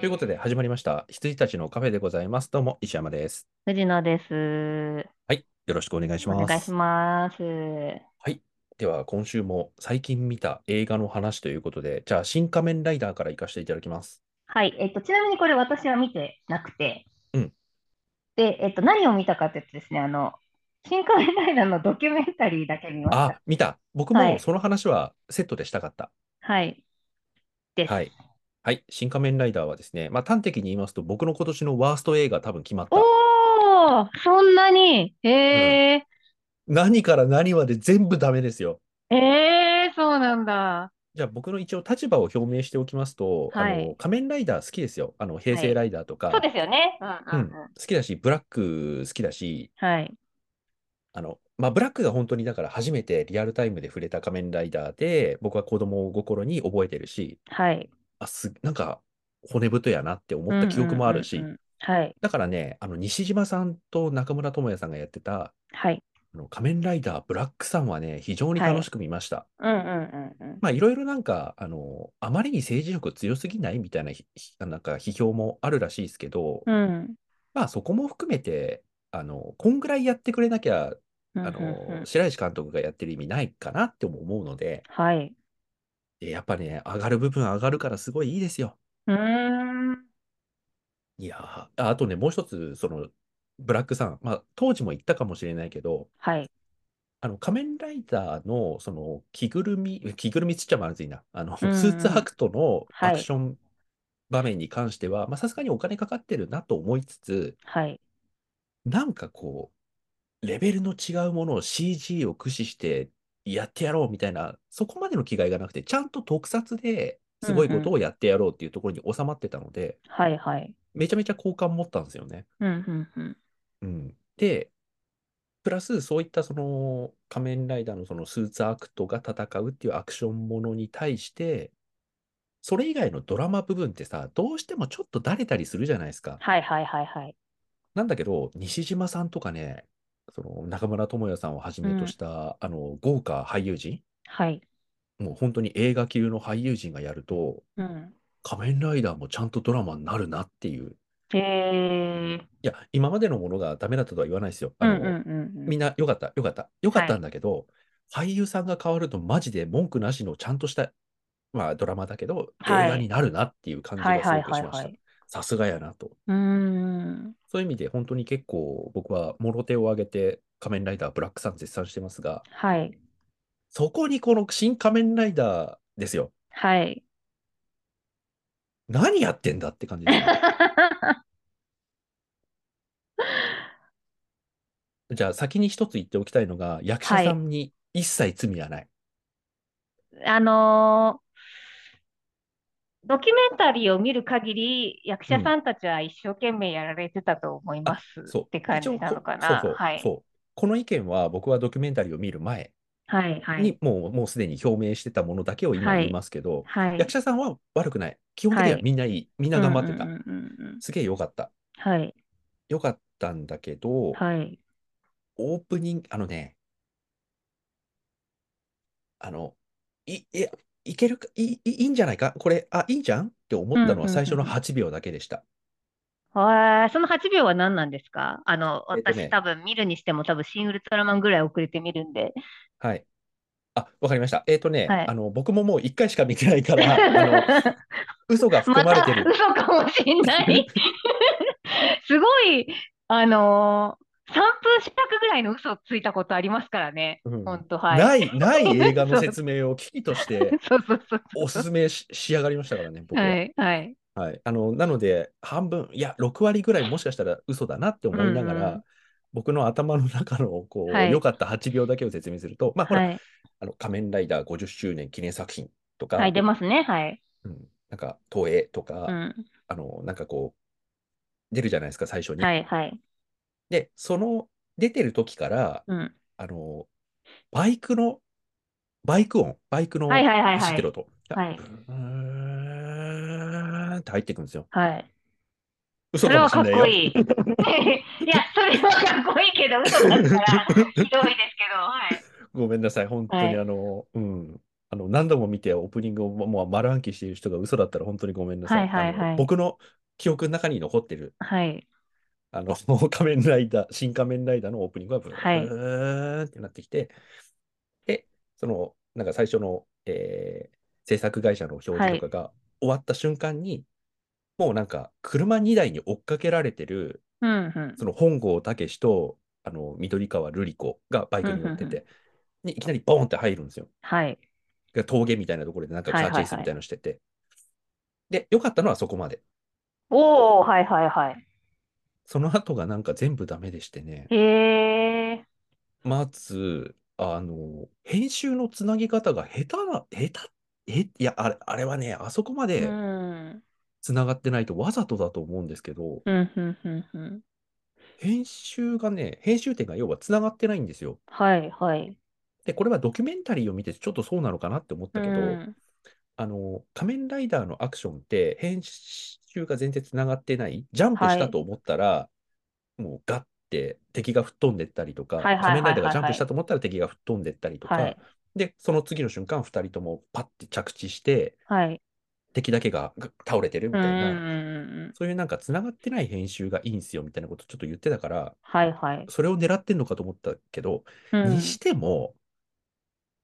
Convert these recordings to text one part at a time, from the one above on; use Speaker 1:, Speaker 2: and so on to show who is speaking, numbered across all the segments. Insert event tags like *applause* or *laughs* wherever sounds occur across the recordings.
Speaker 1: ということで始まりました。羊たちのカフェでございます。どうも、石山です。
Speaker 2: 藤野です。
Speaker 1: はい。よろしくお願いします。
Speaker 2: お願いします。
Speaker 1: では、今週も最近見た映画の話ということで、じゃあ、新仮面ライダーから行かせていただきます。
Speaker 2: はい、えっと、ちなみにこれ私は見てなくて、
Speaker 1: うん
Speaker 2: で、えっと、何を見たかって言うとですね、あの、新仮面ライダーのドキュメンタリーだけ見まし
Speaker 1: あ、見た。僕
Speaker 2: は
Speaker 1: も
Speaker 2: い
Speaker 1: その話はセットでしたかった。
Speaker 2: た。はい。です。
Speaker 1: はい。はい。新仮面ライダーはですね、まあ、端的に言いますと、僕の今年のワースト映画多分決まった。
Speaker 2: おー、そんなにへえ、
Speaker 1: 何から何まで全部ダメですよ。
Speaker 2: えー、そうなんだ。
Speaker 1: じゃあ僕の一応立場を表明しておきますと、
Speaker 2: はい
Speaker 1: あの仮面ライダー好きですよ。あの平
Speaker 2: は
Speaker 1: 成
Speaker 2: い
Speaker 1: ライダーとか、
Speaker 2: そうですよね。うんうんうん。
Speaker 1: 好きだし、ブラック好きだし、
Speaker 2: はい。
Speaker 1: あの、まあ、ブラックが本当にだから初めてリアルタイムで触れた仮面ライダーで、僕は子供心に覚えてるし、
Speaker 2: はい。
Speaker 1: あ、す、なんか骨太やなって思った記憶もあるし、
Speaker 2: うんうんうんうんはい。
Speaker 1: だからね、あの西島さんと中村倫也さんがやってた、
Speaker 2: はい。
Speaker 1: あの仮面ライダーブラックさんはね、非常に
Speaker 2: はい
Speaker 1: 楽しく見ました。
Speaker 2: うんうんうんうん。
Speaker 1: まあ、いろいろなんか、あの、あまりに政治色強すぎないみたいなひ、ひなんか批評もあるらしいですけど、
Speaker 2: うん。
Speaker 1: まあ、そこも含めて、あの、こんぐらいやってくれなきゃ、
Speaker 2: うん
Speaker 1: あ
Speaker 2: うんうん
Speaker 1: の、白石監督がやってる意味ないかなっても思うので、
Speaker 2: はい。
Speaker 1: でやっぱね、上がる部分上がるからすごいいいですよ。
Speaker 2: うーん。
Speaker 1: いやーああとね、もう一つ、その、ブラックさん、まあ、当時も言ったかもしれないけど、
Speaker 2: はい。
Speaker 1: あの、仮面ライダーの、その、着ぐるみ、着ぐるみつっちゃまずいな、あの、ス
Speaker 2: うんうん
Speaker 1: ーツハクトの
Speaker 2: は
Speaker 1: ア
Speaker 2: い
Speaker 1: クション場面に関しては、まあ、さすがにお金かかってるなと思いつつ、
Speaker 2: はい。
Speaker 1: なんかこう、レベルの違うものを CG を駆使してやってやろうみたいな、そこまでの気概がなくて、ちゃんと特撮ですごいことをやってやろうっていうところに収まってたので、
Speaker 2: はいはい。
Speaker 1: めちゃめちゃ好感持ったんですよね。
Speaker 2: うんうんうん。
Speaker 1: うん、で、プラスそういったその仮面ライダーのそのスーツアクトが戦うっていうアクションものに対して、それ以外のドラマ部分ってさ、どうしてもちょっとだれたりするじゃないですか。
Speaker 2: はいはいはいはい。
Speaker 1: なんだけど、西島さんとかね、その中村倫也さんをはじめとした、あの豪華俳優陣、
Speaker 2: はい。
Speaker 1: もう本当に映画級の俳優陣がやると、
Speaker 2: うん。
Speaker 1: 仮面ライダーもちゃんとドラマになるなっていう。
Speaker 2: へえ。
Speaker 1: いや、今までのものがダメだったとは言わないですよ。
Speaker 2: う
Speaker 1: あ
Speaker 2: ん
Speaker 1: の、
Speaker 2: うんうんう
Speaker 1: み
Speaker 2: ん。
Speaker 1: んな良かった、良かった、良かったんだけど、俳優さんが変わるとマジで文句なしのちゃんとした、まあドラマだけど、映
Speaker 2: はい
Speaker 1: 画になるなっていう感じ
Speaker 2: はい
Speaker 1: がす
Speaker 2: はい
Speaker 1: ごく
Speaker 2: は
Speaker 1: し
Speaker 2: い
Speaker 1: ま
Speaker 2: は
Speaker 1: した
Speaker 2: い。。
Speaker 1: さすがやなと。
Speaker 2: うーん。
Speaker 1: そういう意味で本当に結構僕はもろ手を挙げて仮面ライダーブラックさん絶賛してますが、
Speaker 2: はい。
Speaker 1: そこにこの新仮面ライダーですよ。
Speaker 2: はい。 *laughs*
Speaker 1: 何やってんだって感じですね。
Speaker 2: *laughs*
Speaker 1: じゃあ先に一つ言っておきたいのが、役者さんに一切罪はない。
Speaker 2: あのードキュメンタリーを見る限り、役者さんたちは一生懸命やられてたと思います
Speaker 1: そう。
Speaker 2: って感じ
Speaker 1: 一応こ
Speaker 2: なのか
Speaker 1: そう
Speaker 2: な。
Speaker 1: そう、
Speaker 2: はい。
Speaker 1: そう。この意見は僕はドキュメンタリーを見る前
Speaker 2: はいはい。
Speaker 1: にもう、もうすでに表明してたものだけを今
Speaker 2: はい
Speaker 1: 言いますけど、
Speaker 2: はい。
Speaker 1: 役者さんは悪くない。基本的には
Speaker 2: はい
Speaker 1: みんないい。みんな頑張ってた。
Speaker 2: うんうんうんうんうん。
Speaker 1: すげえ良かった。
Speaker 2: はい。
Speaker 1: 良かったんだけど、
Speaker 2: はい。
Speaker 1: オープニング、あのね、あの、い、いや、いけるか、い、いいいんじゃないか、これ、あ、いいじゃんって思ったのは
Speaker 2: うんうんうん
Speaker 1: 最初の8秒だけでした。
Speaker 2: はい、その8秒は何なんですかあの、
Speaker 1: えっとね
Speaker 2: 私多分見るにしても多分シン・ウルトラマンぐらい遅れて見るんで。
Speaker 1: はい。あ、わかりました。えっとね、
Speaker 2: はい
Speaker 1: あの、僕ももう1回しか見てない
Speaker 2: *laughs*
Speaker 1: から、あの、嘘が含
Speaker 2: ま
Speaker 1: まれ
Speaker 2: た
Speaker 1: てる。
Speaker 2: 嘘かもしん
Speaker 1: *laughs*
Speaker 2: ない。すごい、あのー、3分近くぐらいの嘘ついたことありますからね。
Speaker 1: うん
Speaker 2: ほんと、はい。
Speaker 1: ない、ない映
Speaker 2: *laughs*
Speaker 1: 画の説明を危機として
Speaker 2: そうそうそう
Speaker 1: おすすめし、し上がりましたからね、僕は。
Speaker 2: はい、はい。
Speaker 1: はい、あのなので、半分、いや、6割ぐらいもしかしたら嘘だなって思いながら、
Speaker 2: うんうん
Speaker 1: 僕の頭の中のこう、
Speaker 2: はい
Speaker 1: 良かった8秒だけを説明すると、まあ、ほら、
Speaker 2: はい。
Speaker 1: あの仮面ライダー50周年記念作品とか、
Speaker 2: はい、出ますね。はい。
Speaker 1: うん、なんか東映とか、
Speaker 2: うん。
Speaker 1: あの、なんかこう、出るじゃないですか、最初に。
Speaker 2: はい、はい。
Speaker 1: で、その出てる時から、
Speaker 2: うん。
Speaker 1: あのバイクの、バイク音、バイクの
Speaker 2: はい、はい、はい、
Speaker 1: 走っ
Speaker 2: は
Speaker 1: て
Speaker 2: い
Speaker 1: る。音が、
Speaker 2: はい。
Speaker 1: ブーンって入ってくるんですよ。
Speaker 2: はい。
Speaker 1: 嘘
Speaker 2: それ
Speaker 1: かも
Speaker 2: は
Speaker 1: し
Speaker 2: か
Speaker 1: れ
Speaker 2: っ
Speaker 1: ないよ。
Speaker 2: こいい。 *laughs* いや、それはかっこいいけど、嘘だったらひどいですけど、はい。
Speaker 1: ごめんなさい、本当に
Speaker 2: はい
Speaker 1: あの、うん、あの、何度も見てオープニングをももう丸暗記している人が嘘だったら本当にごめんなさ
Speaker 2: はい
Speaker 1: い。あ
Speaker 2: はいは
Speaker 1: の、
Speaker 2: い
Speaker 1: 僕の記憶の中に残ってる、
Speaker 2: はい。
Speaker 1: あの、 *laughs* 仮面ライダー、新仮面ライダーのオープニングはブ
Speaker 2: はい
Speaker 1: ーンってなってきて、で、その、なんか最初の、えー制作会社の表示とかが終わった瞬間に、もうなんか車2台に追っかけられてる、
Speaker 2: うんうん。
Speaker 1: その本郷武と、あの、緑川瑠璃子がバイクに乗ってて、にいきなりボーンって入るんですよ。
Speaker 2: はい。
Speaker 1: が峠みたいなところでなんかカ
Speaker 2: はいは
Speaker 1: ー
Speaker 2: い
Speaker 1: チ
Speaker 2: は
Speaker 1: ェイス
Speaker 2: い
Speaker 1: みたいなのしてて。で、良かったのはそこまで。
Speaker 2: おお、はいはいはい。
Speaker 1: その後がなんか全部ダメでしてね。
Speaker 2: へえ。
Speaker 1: まず、あの、編集のつなぎ方が下手な、下手、え、いや、あれ、あれはね、あそこま
Speaker 2: う
Speaker 1: で
Speaker 2: ん。
Speaker 1: つながってないとわざとだと思うんですけど、
Speaker 2: うんうんうんうん。
Speaker 1: 編集がね、編集点が要はつながってないんですよ。
Speaker 2: はいはい。
Speaker 1: で、これはドキュメンタリーを見てちょっとそうなのかなって思っ
Speaker 2: う
Speaker 1: たけど、
Speaker 2: ん。
Speaker 1: あの、仮面ライダーのアクションって編集が全然つながってない。ジャンプしたと思ったら、もうガッて敵が吹っ飛んでったりとか、
Speaker 2: はいはいはいはい
Speaker 1: 仮面ライダーがジャンプしたと思ったら敵が吹っ飛んでったりとか、
Speaker 2: はい
Speaker 1: で、その次の瞬間、二人ともパッて着地して、
Speaker 2: はい。
Speaker 1: 敵だけがぐ倒れてるみ
Speaker 2: う
Speaker 1: たい
Speaker 2: んうん
Speaker 1: な、
Speaker 2: うんうん。
Speaker 1: そういうなんかつながってない編集がいいんすよみたいなことちょっと言ってたから、
Speaker 2: はいはい。
Speaker 1: それを狙ってんのかと思ったけど、
Speaker 2: うん
Speaker 1: にしても、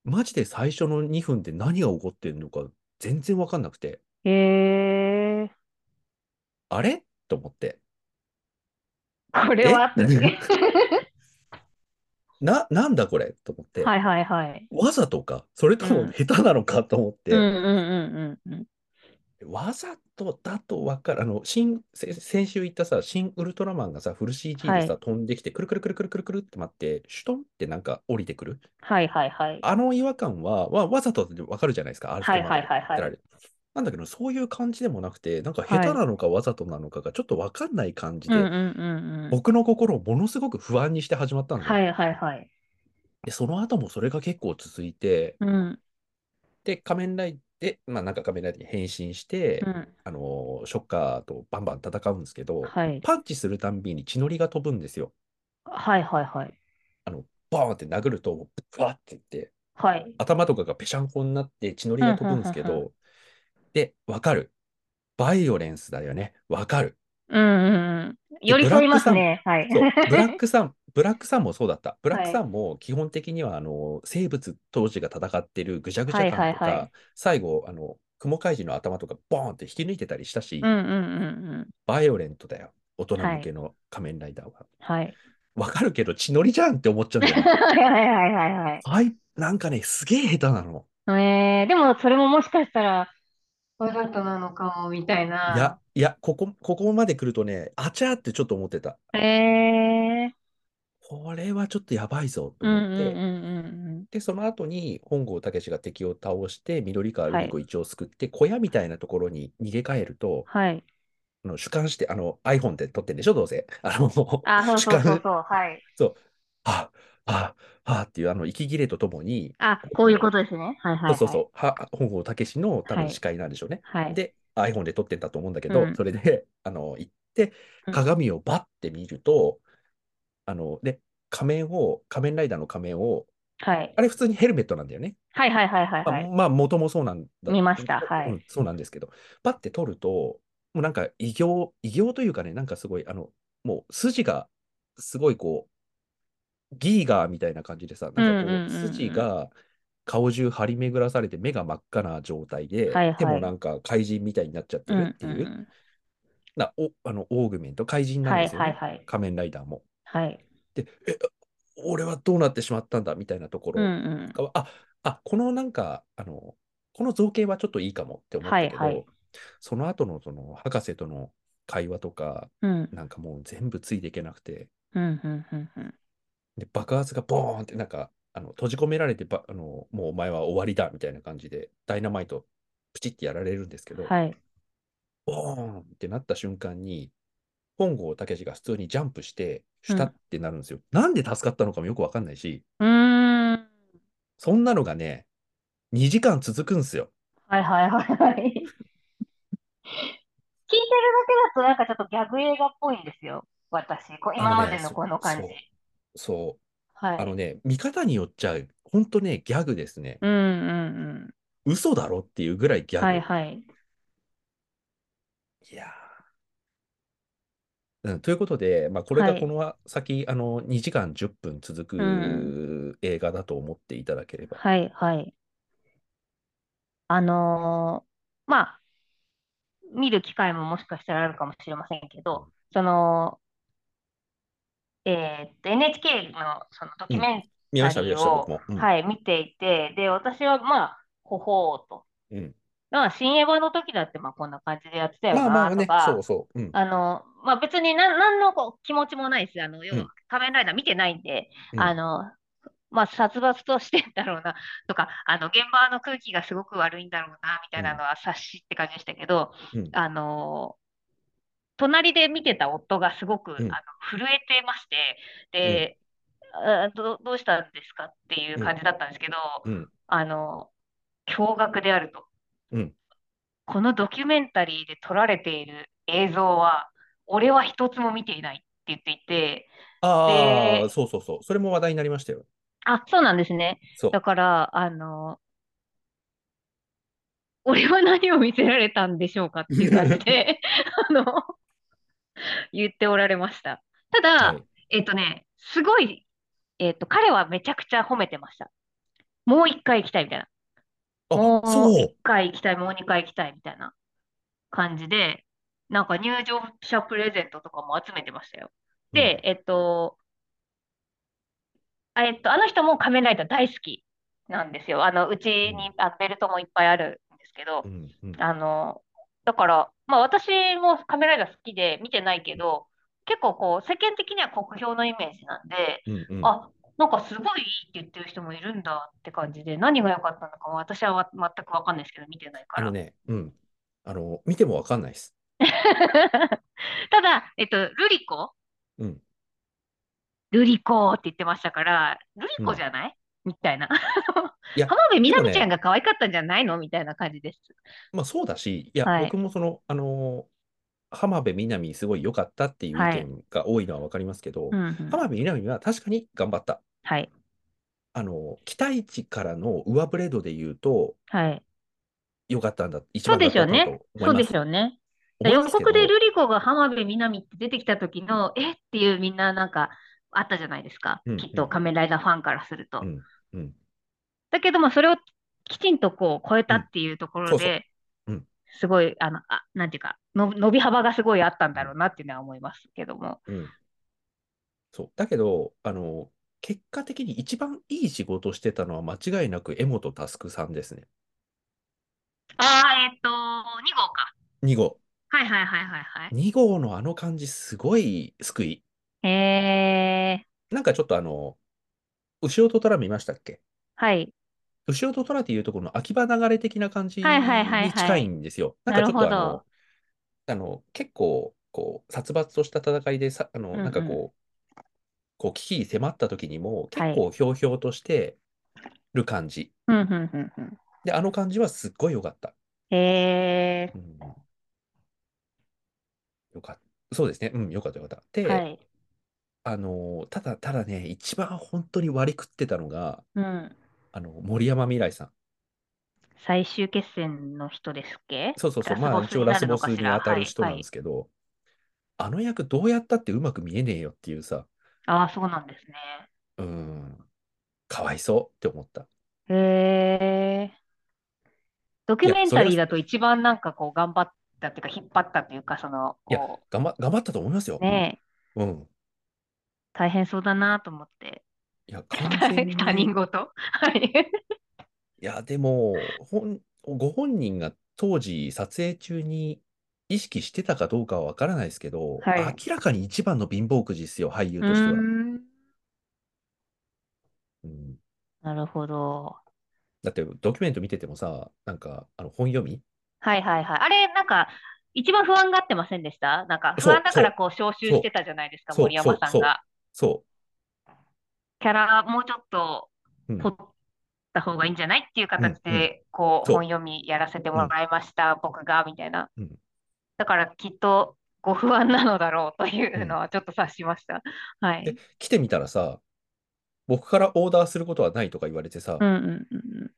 Speaker 1: マジで最初の2分で何が起こってんのか全然わかんなくて、
Speaker 2: へえ。
Speaker 1: あれと思って。
Speaker 2: これは。 *laughs*
Speaker 1: な、なんだこれと思って。
Speaker 2: はいはいはい。
Speaker 1: わざとか、それとも
Speaker 2: うん
Speaker 1: 下手なのかと思って、
Speaker 2: うんうんうんうんうん。
Speaker 1: わざとだとわかる。あの、新、せ先週言ったさ、新ウルトラマンがさ、フル CG で
Speaker 2: は
Speaker 1: さ、
Speaker 2: い
Speaker 1: 飛んできて、くるくるくるくるくるくるって待って、シュトンってなんか降りてくる。
Speaker 2: はいはいはい。
Speaker 1: あの違和感は、わ、わざとでわかるじゃないですか、ある
Speaker 2: はいはいはいはい
Speaker 1: やられるなんだけど、そういう感じでもなくて、なんか下手なのかわざとなのかがちょっとわかんない感じ
Speaker 2: うんうん
Speaker 1: で、
Speaker 2: うんうん。
Speaker 1: 僕の心をものすごく不安にして始まったんですよ。
Speaker 2: はいはいはい。
Speaker 1: で、その後もそれが結構続いて、
Speaker 2: うん
Speaker 1: で、仮面ライダーで、まあなんか仮面ライダーに変身して、
Speaker 2: うん。
Speaker 1: あのーショッカーとバンバン戦うんですけど、
Speaker 2: はい。
Speaker 1: パンチするたんびに血のりが飛ぶんですよ。
Speaker 2: はいはいはい。
Speaker 1: バーンって殴ると、ブワーっていって、
Speaker 2: はい。
Speaker 1: 頭とかがぺしゃんこになって血のりが飛ぶんですけ
Speaker 2: うんうんうん
Speaker 1: ど、で、わかる。バイオレンスだよね。わか
Speaker 2: *laughs*
Speaker 1: る。
Speaker 2: うんうんうん。寄り添いますね。はい。
Speaker 1: そう、ブラックさん、ブラックさんもそうだった。ブラックさんも基本的には、あの、生物当時が戦ってるぐちゃぐちゃ感
Speaker 2: はい
Speaker 1: と
Speaker 2: はいは
Speaker 1: か
Speaker 2: い、
Speaker 1: 最後、あの、雲海獣の頭とかボーンって引き抜いてたりしたし
Speaker 2: *laughs* うん、うんうんうん。
Speaker 1: バイオレントだよ。大人向けの仮面ライダーは。 *laughs*
Speaker 2: はい。
Speaker 1: わかるけど、血のりじゃんって思っちゃうんだよ
Speaker 2: *laughs*
Speaker 1: ね。
Speaker 2: はいはいはいはい
Speaker 1: はい、なんかね、すげえ下手なの。
Speaker 2: はい。えー、でもそれももしかしたら、わざとなのかも、みたい
Speaker 1: いや
Speaker 2: な。、
Speaker 1: いや、ここ、ここまで来るとね、あちゃーってちょっと思ってた。
Speaker 2: えー、
Speaker 1: これはちょっとやばいぞと
Speaker 2: うん
Speaker 1: 思っ
Speaker 2: うん
Speaker 1: て。
Speaker 2: うんうん
Speaker 1: で、その後に本郷武が敵を倒して、緑川瑠
Speaker 2: はい
Speaker 1: 璃子一応救って、小屋みたいなところに逃げ帰ると、
Speaker 2: はい。
Speaker 1: あの主観して、あの iPhone で撮ってんでしょ、どうせ。あの、
Speaker 2: あ、そう
Speaker 1: 主
Speaker 2: そうそう
Speaker 1: 観、
Speaker 2: そう。はい。
Speaker 1: はあ、はあ、はあっていうあの息切れとともに、
Speaker 2: あ、こういうことですね。はいはいはい。
Speaker 1: そうそうそう、は本郷武の多
Speaker 2: は
Speaker 1: 分
Speaker 2: い
Speaker 1: 司会なんでしょうね。
Speaker 2: はい。
Speaker 1: で、iPhone で撮ってたと思うんだけど、
Speaker 2: うん
Speaker 1: それで、 *laughs* あの、行って
Speaker 2: う、ん
Speaker 1: 鏡をバッて見ると、あの、で、仮面を、仮面ライダーの仮面を、
Speaker 2: はい。
Speaker 1: あれ普通にヘルメットなんだよね。
Speaker 2: はいはいはいはい
Speaker 1: ま
Speaker 2: は
Speaker 1: あ、
Speaker 2: い。
Speaker 1: まあ元もそうなんだ。
Speaker 2: 見ましたはい
Speaker 1: うん、そうなんですけど、パッて撮ると、もうなんか異形、異形というかね、なんかすごい、あの、もう筋が、すごいこう、ギーガーみたいな感じでさ、なん
Speaker 2: うんうんうんう
Speaker 1: かこ
Speaker 2: ん
Speaker 1: う、筋が顔中張り巡らされて、目が真っ赤な状態で、
Speaker 2: はいはい
Speaker 1: 手もなんか怪人みたいになっちゃってるっていう、
Speaker 2: んん
Speaker 1: なおあのオーグメント、怪人
Speaker 2: うん。
Speaker 1: なん
Speaker 2: は
Speaker 1: で
Speaker 2: い
Speaker 1: すよね、
Speaker 2: はいはい。
Speaker 1: 仮面ライダーも。
Speaker 2: はい。
Speaker 1: で、え、俺はどうなってしまったんだみたいなとこ
Speaker 2: う
Speaker 1: ろ。
Speaker 2: んうん。
Speaker 1: かはあ、あ、このなんか、あの、この造形はちょっといいかもって思ったけど、
Speaker 2: はいはい
Speaker 1: その後のその博士との会話とか、
Speaker 2: うん。
Speaker 1: なんかもう全部ついていけなくて、
Speaker 2: うんうんうんうん。
Speaker 1: で、爆発がボーンってなんか、あの、閉じ込められてば、あの、もうお前は終わりだみたいな感じで、ダイナマイト、プチってやられるんですけど、
Speaker 2: はい。
Speaker 1: ボーンってなった瞬間に、本郷武が普通にジャンプして、シュタってなるんですよ。なんで助かったのかもよくわかんないし、
Speaker 2: うーん。
Speaker 1: そんなのがね、2時間続くんですよ。
Speaker 2: はいはいはいはい。聞いてるだけだとなんかちょっとギャグ映画っぽいんですよ。私。こう今までのこの感じ。
Speaker 1: そう、
Speaker 2: はい。
Speaker 1: あのね、見方によっちゃ、本当ね、ギャグですね。
Speaker 2: うんうんうん。
Speaker 1: 嘘だろっていうぐらいギャグ。
Speaker 2: はいはい。
Speaker 1: いやーうん、ということで、まあ、これ
Speaker 2: は
Speaker 1: が
Speaker 2: い
Speaker 1: この先、あの2時間10分続
Speaker 2: う
Speaker 1: く映画だと思っていただければ。
Speaker 2: はいはい。あのーまあ、見る機会ももしかしたらあるかもしれませんけど、その、えーっと、NHK のそのドキュメン
Speaker 1: 見ました、見
Speaker 2: タリ
Speaker 1: まし
Speaker 2: ー
Speaker 1: た、
Speaker 2: を
Speaker 1: 僕も。うん
Speaker 2: はい、見ていて、で、私はまあ、ほほうと。
Speaker 1: うん
Speaker 2: まあ、新エヴァの時だって、まあ、こんな感じでやってたよ
Speaker 1: まあまあ
Speaker 2: な、と
Speaker 1: ね、
Speaker 2: か
Speaker 1: そう、そう。うん
Speaker 2: あの、まあ、別になん、なんのこう気持ちもないです。あの、要
Speaker 1: う
Speaker 2: は
Speaker 1: ん、
Speaker 2: 仮面ライダー見てないんで、
Speaker 1: うん
Speaker 2: あの、まあ、殺伐としてんだろうな、とか、あの、現場の空気がすごく悪いんだろうな、みたいなのは察しって感じでしたけど、
Speaker 1: うん
Speaker 2: あの、隣で見てた夫がすごく、あ
Speaker 1: う
Speaker 2: の、
Speaker 1: ん
Speaker 2: 震えてまして、で、あど、どうしたんですかっていう感じだったんですけど、
Speaker 1: うん
Speaker 2: あの、驚愕であると。
Speaker 1: うん
Speaker 2: このドキュメンタリーで撮られている映像は、俺は一つも見ていないって言っていて、
Speaker 1: ああ、
Speaker 2: で
Speaker 1: そうそうそう。それも話題になりましたよ。
Speaker 2: あ、そうなんですね。
Speaker 1: そう。
Speaker 2: だから、あの、俺は何を見せられたんでしょうかっていう感じ
Speaker 1: *laughs*
Speaker 2: で、あの、言っておられました。ただ、
Speaker 1: はい
Speaker 2: えっとね、すごい、えっと、彼はめちゃくちゃ褒めてました。もう一回行きたいみたいな。
Speaker 1: あ、
Speaker 2: もう
Speaker 1: そう
Speaker 2: 一。回行きたい、もう二回行きたいみたいな感じで、なんか入場者プレゼントとかも集めてましたよ。で、えっと、あえっと、あの人も仮面ライダー大好きなんですよ。あの、うちにあベルトもいっぱいあるんですけど
Speaker 1: う、ん、うん、
Speaker 2: あの、だから、まあ私も仮面ライダー好きで見てないけど、結構こう、世間的には酷評のイメージなんで、
Speaker 1: うん、うん。
Speaker 2: あ、なんかすごいいいって言ってる人もいるんだって感じで、何が良かったのかは私はわ全くわかんないですけど、見てないか
Speaker 1: あの
Speaker 2: ら。
Speaker 1: ね、うん。あの、見てもわかんないです。
Speaker 2: *laughs* ただ、えっと、ルリコ
Speaker 1: うん。
Speaker 2: ルリコって言ってましたから、ルリコじゃないみたいな。
Speaker 1: いや
Speaker 2: 浜辺美
Speaker 1: でも
Speaker 2: 波
Speaker 1: ね
Speaker 2: ちゃんが可愛かったんじゃないのみたいな感じです。
Speaker 1: まあそうだし、いや、
Speaker 2: はい
Speaker 1: 僕もその、あのー浜辺美波すごい良かったっていう意
Speaker 2: はい
Speaker 1: 見が多いのはわかりますけど、
Speaker 2: うんうん
Speaker 1: 浜辺美波は確かに頑張った。
Speaker 2: はい、
Speaker 1: あのー期待値からの上ブレードで言うと、
Speaker 2: はい。
Speaker 1: 良かったんだ、一
Speaker 2: そう
Speaker 1: 番
Speaker 2: で
Speaker 1: 良
Speaker 2: し
Speaker 1: か
Speaker 2: ょ
Speaker 1: っ
Speaker 2: う
Speaker 1: たんだと
Speaker 2: ね。
Speaker 1: 思
Speaker 2: そ
Speaker 1: いうま。
Speaker 2: ですしょうね。
Speaker 1: 思い
Speaker 2: 予
Speaker 1: ますけ
Speaker 2: 告で
Speaker 1: ど、
Speaker 2: ルリコが浜辺美波って出てきた時の、えっていうみんななんかあったじゃないですか
Speaker 1: うん。
Speaker 2: きっ
Speaker 1: う
Speaker 2: と
Speaker 1: ん
Speaker 2: 仮面ライダーファンからすると
Speaker 1: う。ん、うん、
Speaker 2: だけども、それをきちんとこう超えたっていうとこ
Speaker 1: うんそ
Speaker 2: ろ
Speaker 1: うそう
Speaker 2: で
Speaker 1: うん、
Speaker 2: すごい、あの、あ、なんていうか、の伸び幅がすごいあったんだろうなっていうのは思いますけども。
Speaker 1: うん。そう。だけど、あのー結果的に一番いい仕事してたのは間違いなく江本佑さんですね。
Speaker 2: ああ、えっと、2号か。
Speaker 1: 2号。
Speaker 2: はいはいはいはいは
Speaker 1: 2号のあの感じ、すごい救い。
Speaker 2: い。えー、
Speaker 1: なんかちょっとあの、牛尾と虎見ましたっけ
Speaker 2: はい。
Speaker 1: 牛尾と虎っていうところの秋葉流れ的な感じに
Speaker 2: はいはいはいはい
Speaker 1: 近いんですよ。なん
Speaker 2: な
Speaker 1: か
Speaker 2: る
Speaker 1: ちょっ
Speaker 2: ほど
Speaker 1: とあの、あの結構こう殺伐とした戦いでさ、あの
Speaker 2: んうん
Speaker 1: なんかこう、こう危機に迫った時にも
Speaker 2: はい
Speaker 1: 結構ひょうひょうとしてる感じ。
Speaker 2: うんうんうんうん。
Speaker 1: で、あの感じはすっごい良かった。
Speaker 2: え
Speaker 1: うん、よかった。そうですね。うん、良かった良かった。で、
Speaker 2: ー、はい。
Speaker 1: あの、ただただね、一番本当に割り食ってたのが、
Speaker 2: うん。
Speaker 1: あの森山未来さん。
Speaker 2: 最終決戦の人ですっけ
Speaker 1: そうそうそう、
Speaker 2: ラス
Speaker 1: まあ
Speaker 2: ボス
Speaker 1: 一応
Speaker 2: に
Speaker 1: ラ
Speaker 2: な
Speaker 1: ス
Speaker 2: る
Speaker 1: ボ
Speaker 2: の
Speaker 1: ス
Speaker 2: かし
Speaker 1: に
Speaker 2: ら
Speaker 1: 当たる
Speaker 2: はい
Speaker 1: 人なん
Speaker 2: は
Speaker 1: で
Speaker 2: い。
Speaker 1: すけど、あの役どうやったってうまく見えねえよっていうさ、
Speaker 2: ああ、そうなんですね。
Speaker 1: うーん、かわいそうって思った。
Speaker 2: へえ。ドキュメンタリーだと一番なんかこう頑張ったっていうか引っ張ったっていうかその
Speaker 1: いや
Speaker 2: こ
Speaker 1: 頑張、頑張ったと思いますよ
Speaker 2: う。ねえ
Speaker 1: うん。
Speaker 2: 大変そうだなと
Speaker 1: *laughs*
Speaker 2: 思って。
Speaker 1: いや、完全に。
Speaker 2: *laughs* 他人事。はい。
Speaker 1: いや、でも、本、ご本人が当時撮影中に意識してたかどうかはわからないですけど、
Speaker 2: はい
Speaker 1: 明らかに一番の貧乏くじですよ、俳優
Speaker 2: う
Speaker 1: としては。
Speaker 2: ーん。
Speaker 1: うん
Speaker 2: なるほど。
Speaker 1: だってドキュメント見ててもさ、なんか、あの、本読み
Speaker 2: はいはいはい。あれなんか一番不安がってませんでしたなんか
Speaker 1: そう
Speaker 2: 不安だからこう招集してたじゃないですか、
Speaker 1: そう
Speaker 2: 森山さんが。
Speaker 1: そ
Speaker 2: キャラもうちょっと
Speaker 1: うん
Speaker 2: 取った方がいいんじゃないっていう形
Speaker 1: うんう
Speaker 2: で、こう、
Speaker 1: そう
Speaker 2: 本読みやらせてもらいました、僕が、みたいな
Speaker 1: うん。
Speaker 2: だからきっとご不安なのだろうというのはちょっと察しました。は
Speaker 1: う。で
Speaker 2: い。、
Speaker 1: 来てみたらさ、僕からオーダーすることはないとか言われてさ
Speaker 2: うん、うんうんうん。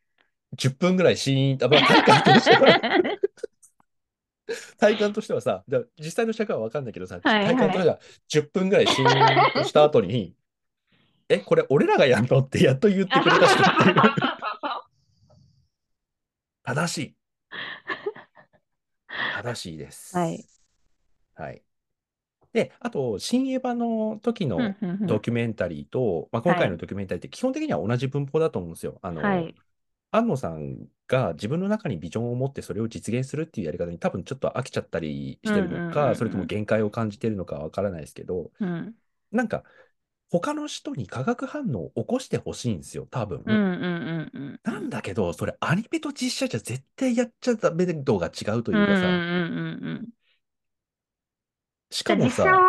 Speaker 1: 10分ぐらいシーンと、まあ、体感として
Speaker 2: *laughs*
Speaker 1: は、体感としてはさ、だから実際の尺は分かんないけどさ、
Speaker 2: はいはい
Speaker 1: 体感としては10分ぐらいシーンとした後
Speaker 2: *laughs*
Speaker 1: に、え、これ俺らがやんのってやっと言ってくれたしっていう
Speaker 2: *laughs*
Speaker 1: 正しい。正しいです。
Speaker 2: *laughs* はい。
Speaker 1: はい。で、あと、新エヴァの時の、
Speaker 2: うんうんうん
Speaker 1: ドキュメンタリーと、まあ、今回のドキュメンタリーって基本的には同じ文法だと思うんですよ。あの、
Speaker 2: はい。
Speaker 1: 安野さんが自分の中にビジョンを持ってそれを実現するっていうやり方に多分ちょっと飽きちゃったりしてるの
Speaker 2: うんうんうんう
Speaker 1: か、
Speaker 2: ん
Speaker 1: それとも限界を感じてるのかわからないですけど、
Speaker 2: うん。
Speaker 1: なんか他の人に化学反応を起こしてほしいんですよ、多分。
Speaker 2: うんうんうんうん。
Speaker 1: なんだけど、それアニメと実写じゃ絶対やっちゃダメ度が違うと
Speaker 2: と
Speaker 1: いうか
Speaker 2: うんう
Speaker 1: さ、
Speaker 2: んうんうん。
Speaker 1: し
Speaker 2: じ
Speaker 1: か
Speaker 2: ゃあ
Speaker 1: も
Speaker 2: 実
Speaker 1: さ、
Speaker 2: 際は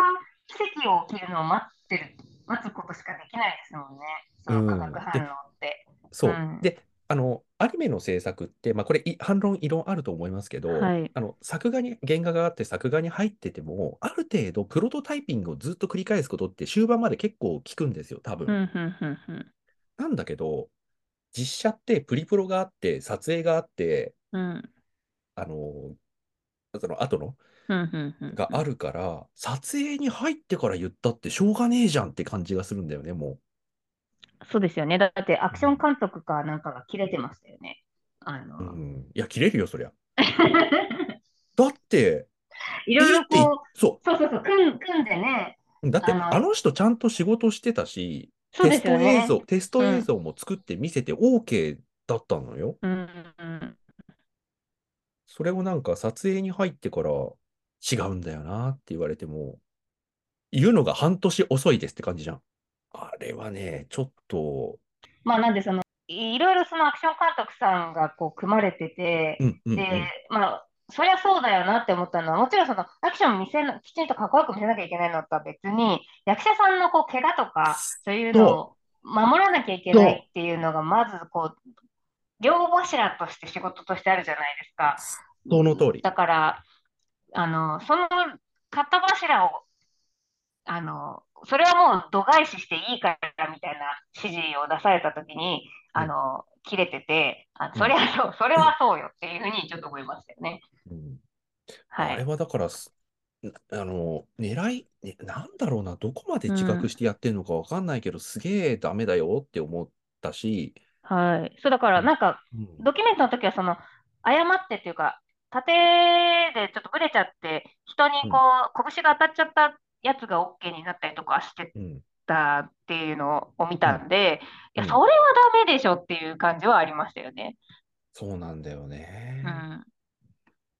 Speaker 2: 奇跡を起きるのを待ってる、待つことしかできないですもんね。その化学反応って。
Speaker 1: そう。
Speaker 2: うん
Speaker 1: で、あの、アニメの制作って、まあ、これ、い反論、異論あると思いますけど、
Speaker 2: はい
Speaker 1: あの、作画に、原画があって作画に入ってても、ある程度、プロトタイピングをずっと繰り返すことって、終盤まで結構効くんですよ、多
Speaker 2: うん
Speaker 1: 分。
Speaker 2: うんうんうん
Speaker 1: なんだけど、実写ってプリプロがあって、撮影があって、
Speaker 2: うん
Speaker 1: あの、その後の
Speaker 2: うんうんうんうん
Speaker 1: があるから、撮影に入ってから言ったってしょうがねえじゃんって感じがするんだよね、もう。
Speaker 2: そうですよね。だってアクション監督かなんかが切れてましたよね。あの、 *laughs*
Speaker 1: うん。いや、切れるよ、そりゃ。だって、
Speaker 2: いろいろ
Speaker 1: いいって
Speaker 2: こう、
Speaker 1: そう。
Speaker 2: そうそうそう、組ん組んでね、
Speaker 1: だって、
Speaker 2: あの
Speaker 1: あの人ちゃんと仕事してたし、
Speaker 2: そ
Speaker 1: テ
Speaker 2: うで
Speaker 1: ス
Speaker 2: す
Speaker 1: ト
Speaker 2: よね
Speaker 1: 映。像、テスト映像も作って見せて OK だったのよ。
Speaker 2: うんうん
Speaker 1: それをなんか撮影に入ってから違うんだよなって言われても、言うのが半年遅いですって感じじゃん。あれはね、ちょっと、
Speaker 2: まあなんでその、いろいろそのアクション監督さんがこう組まれてて、
Speaker 1: うんうんうん。
Speaker 2: で、まあ、そりゃそうだよなって思ったのは、もちろんそのアクションを見せな、きちんとかっこよく見せなきゃいけないのとは別に、役者さんのこう怪我とか、そういうのを守らなきゃいけないっていうのが、まずこう、両柱として仕事としてあるじゃないですか。
Speaker 1: その通り。
Speaker 2: だから、あの、その片柱を、あの、それはもう度外視していいからみたいな指示を出されたときに、あの、切れてて、あ、そりゃそう、それはそうよっていうふうにちょっと思いましたよね。
Speaker 1: うん
Speaker 2: は
Speaker 1: あれ
Speaker 2: い。
Speaker 1: はだからす、なあの、狙い、ね、なんだろうな、どこまで自
Speaker 2: うん
Speaker 1: 覚してやってるのかわかんないけど、すげえダメだよって思ったし、
Speaker 2: はい。そうだから、なんか、
Speaker 1: うん
Speaker 2: ドキュメントの時は、その、誤ってっていうか、縦でちょっとブレちゃって、人にこう、拳が当たっちゃったやつが OK になったりとかして
Speaker 1: うん
Speaker 2: たっていうのを見たんで、い
Speaker 1: うん
Speaker 2: や、それはダメでしょっていう感じはありましたよね。
Speaker 1: そうなんだよね
Speaker 2: う。ん。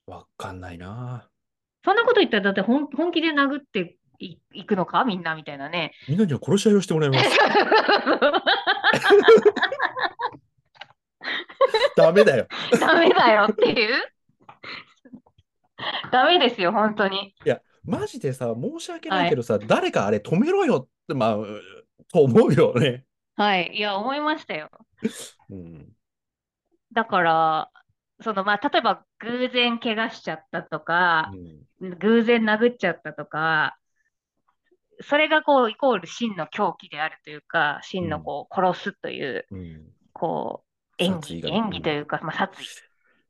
Speaker 1: わかんないな。
Speaker 2: そんなこと言ったら、だって本、本気で殴ってい、いくのかみんなみたいな *laughs* ね。
Speaker 1: みんなには殺し合いをしてもらい
Speaker 2: *laughs*
Speaker 1: ます。ダメだよ。
Speaker 2: ダメだよっていう。ダメですよ、本当に。
Speaker 1: マジでさ、申し訳ないけどさ、誰かあれ止めろよって、まあ、うと思うよね。
Speaker 2: はい。いや、思いましたよ。
Speaker 1: うん。
Speaker 2: だから、そのまあ、例えば偶然怪我しちゃったとか
Speaker 1: う、ん
Speaker 2: 偶然殴っちゃったとか、それがこうイコール真の狂気であるというか、真のこう殺すという、
Speaker 1: うん。
Speaker 2: こう演
Speaker 1: 殺意
Speaker 2: 技、
Speaker 1: が
Speaker 2: 演技というか、まあ、殺意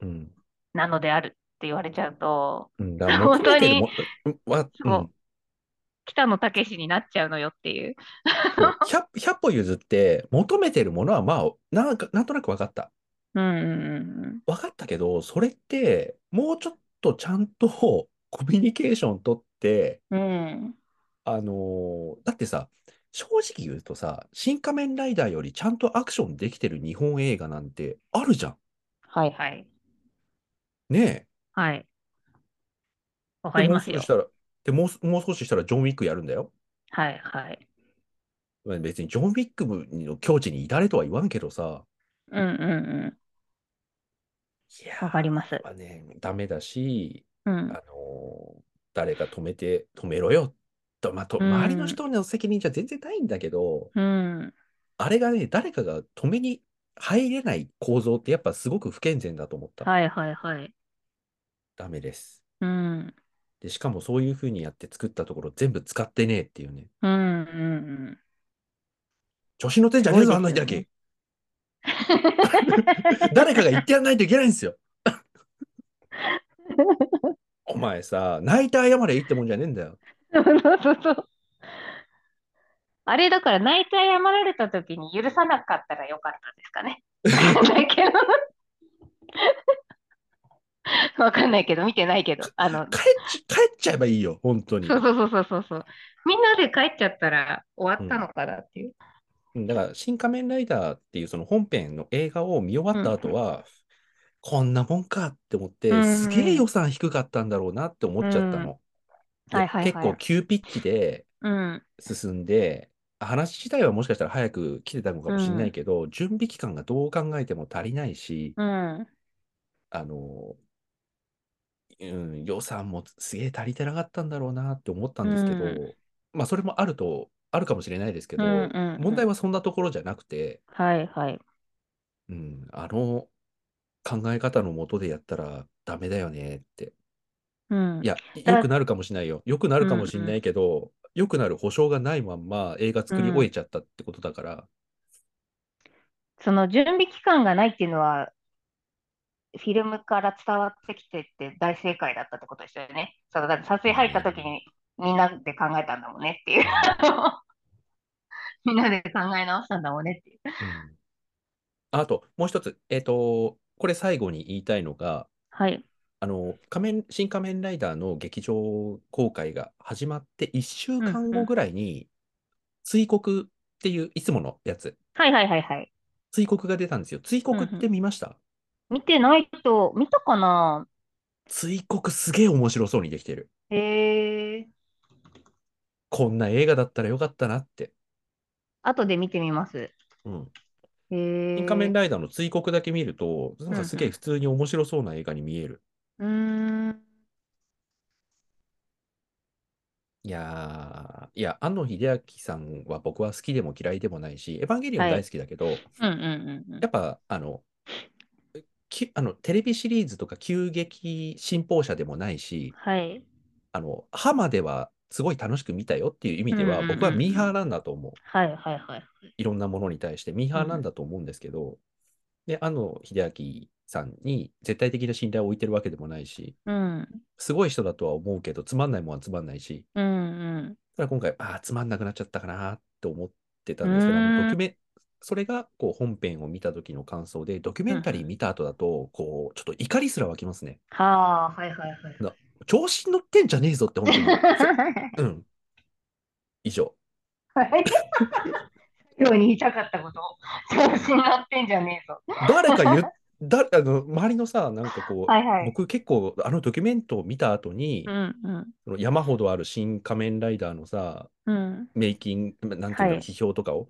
Speaker 1: うん。
Speaker 2: なのであるって言われちゃうと、
Speaker 1: うん、だから
Speaker 2: 本当に
Speaker 1: もううんわう
Speaker 2: そ
Speaker 1: ん
Speaker 2: う北野武になっちゃうのよっていう。
Speaker 1: そう100、100歩譲って、求めてるものは、まあ、なんか、なんとなく分かった。
Speaker 2: うんうん
Speaker 1: 分かったけど、それって、もうちょっとちゃんとコミュニケーション取って、
Speaker 2: うんうん。
Speaker 1: あのーだってさ、正直言うとさ、新仮面ライダーよりちゃんとアクションできてる日本映画なんてあるじゃん。
Speaker 2: はいはい。
Speaker 1: ね
Speaker 2: はい。わ
Speaker 1: え。
Speaker 2: かります
Speaker 1: でもう少
Speaker 2: よ
Speaker 1: しし。たら、でもうす、もう少ししたらジョン・ウィックやるんだよ。
Speaker 2: はいはい。
Speaker 1: まあ別にジョン・ウィックの境地に至れとは言わんけどさ。
Speaker 2: うんうんう
Speaker 1: いや
Speaker 2: ん。わかります。
Speaker 1: まあね、ダメだし、
Speaker 2: うん
Speaker 1: あ。のー誰か止めて、止めろよ。と、まあ、と、
Speaker 2: うん
Speaker 1: 周りの人の責任じゃ全然ないんだけど、
Speaker 2: うん。
Speaker 1: あれがね、誰かが止めに入れない構造ってやっぱすごく不健全だと思った。
Speaker 2: はいはいはい。
Speaker 1: ダメです。
Speaker 2: うん。
Speaker 1: で、しかもそういうふうにやって作ったところ全部使ってねえっていうね。
Speaker 2: うんうんうん。
Speaker 1: 調子乗ってんじゃねえぞ、あんな
Speaker 2: すごい
Speaker 1: だ
Speaker 2: ですよ
Speaker 1: け。
Speaker 2: ね
Speaker 1: *laughs* 誰かが言ってやらないといけないん *laughs* ですよ。お前さ、泣いて謝れいいってもんじゃねえんだよ。
Speaker 2: そうそうそう。あれだから泣いて謝られた時に許さなかったらよかったですか *laughs* ね。だけど。わかんないけど、見てないけど。あの、
Speaker 1: 帰っち帰っちゃえばいいよ、本当に。
Speaker 2: そうそうそうそうそうそう。みんなで帰っちゃったら終わったのかなってい
Speaker 1: う
Speaker 2: う。
Speaker 1: んだから、新仮面ライダーっていうその本編の映画を見終わった後は、こんなもんかって思って、
Speaker 2: うんうん
Speaker 1: すげえ予算低かったんだろうなって思っちゃったの。で
Speaker 2: はいはいはい
Speaker 1: 結構急ピッチで
Speaker 2: うん。
Speaker 1: 進んで、話自体はもしかしたら早く来てたのかもしれないけど、準備期間がどう考えても足りないし、
Speaker 2: うん。
Speaker 1: あの、うん、予算もすげえ足りてなかったんだろうなって思ったんですけど、
Speaker 2: うん
Speaker 1: まあそれもあると、あるかもしれないですけど、
Speaker 2: うんうんうん
Speaker 1: 問題はそんなところじゃなくて、
Speaker 2: はいはい。
Speaker 1: うん、あの考え方のもとでやったらダメだよねって。
Speaker 2: うん
Speaker 1: い。や、
Speaker 2: だ
Speaker 1: 良くなるかもしれないよ。良くなるかもしれないけど、良くなる保証がないまんま映画作り終えちゃったってことだ
Speaker 2: *laughs*
Speaker 1: から、
Speaker 2: その準備期間がないっていうのは、フィルムから伝わってきてって大正解だったってことですよね。そのだって撮影入った時にみんなで考えたんだもんねっていう。 *laughs* みんなで考え直したんだもんねっていう。
Speaker 1: うんあと、もう一つ、えっと、これ最後に言いたいのが、
Speaker 2: はい。
Speaker 1: あの、仮面、新仮面ライダーの劇場公開が始まって1週間後ぐらいに、追告っていう、いつものやつ、
Speaker 2: はいはいはいはい。
Speaker 1: 追告が出たんですよ。追告って見ました
Speaker 2: 見てないと、見たかな
Speaker 1: 追告すげえ面白そうにできてる。
Speaker 2: へえ。
Speaker 1: こんな映画だったらよかったなって。
Speaker 2: 後で見てみます。
Speaker 1: うん。
Speaker 2: へ
Speaker 1: 新
Speaker 2: え。
Speaker 1: 仮面ライダーの追告だけ見ると、ズムさ
Speaker 2: うんうん
Speaker 1: んすげえ普通に面白そうな映画に見える。
Speaker 2: うーん。
Speaker 1: いやー、いや、庵野秀明さんは僕は好きでも嫌いでもないし、エヴァンゲリオン大好きだけど、
Speaker 2: うんうんうんうん
Speaker 1: やっぱ、あの、きあのテレビシリーズとか急激信奉者でもないし、
Speaker 2: はい。
Speaker 1: あの、ハマではすごい楽しく見たよっていう意味で
Speaker 2: うん
Speaker 1: は、
Speaker 2: うんうんうん
Speaker 1: 僕はミーハーなんだと思う。
Speaker 2: はいはいはい。
Speaker 1: いろんなものに対してミーハーなんだと思うんですけど、で、庵野秀明さんに絶対的な信頼を置いてるわけでもないし、
Speaker 2: うん。
Speaker 1: すごい人だとは思うけど、つまんないもんはつまんないし、
Speaker 2: うんうん。
Speaker 1: だから今回、ああ、つまんなくなっちゃったかなって思ってたんですけど、
Speaker 2: うーん
Speaker 1: あのドキュメそれがこう本編を見た時の感想で、ドキュメンタリー見た後だと、こう、ちょっと怒りすら湧きますね。
Speaker 2: はあ、はいはいはい。
Speaker 1: 調子に乗ってんじゃねえぞって、本当に。
Speaker 2: *laughs*
Speaker 1: うん。以上。
Speaker 2: はい。今日に言いたかったこと。調子に乗ってんじゃねえぞ。
Speaker 1: 誰か言っだあの周りのさ、なんかこう、
Speaker 2: *laughs* はいはい。
Speaker 1: 僕結構あのドキュメントを見た後に
Speaker 2: う、ん
Speaker 1: その山ほどある新仮面ライダーのさ、
Speaker 2: うん。うん。
Speaker 1: メイキング、まなんていう
Speaker 2: はい
Speaker 1: の、批評とかを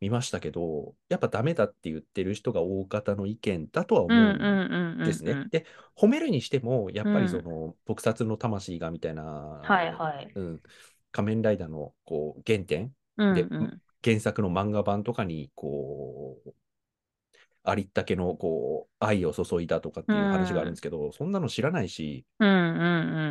Speaker 1: 見ましたけど、やっぱダメだって言ってる人が大方の意見だとは
Speaker 2: う
Speaker 1: 思
Speaker 2: ん
Speaker 1: うん
Speaker 2: うんうん。
Speaker 1: ですね。
Speaker 2: うん
Speaker 1: で、褒めるにしても、やっぱ
Speaker 2: うん
Speaker 1: りその、撲殺の魂がみたいな、
Speaker 2: はいはい。
Speaker 1: うん、仮面ライダーのこう原点、
Speaker 2: うん
Speaker 1: で
Speaker 2: うん。
Speaker 1: 原作の漫画版とかに、こう、ありったけのこう愛を注いだとかっていう話があるんですけど、そんなの知らないし、
Speaker 2: うんうんう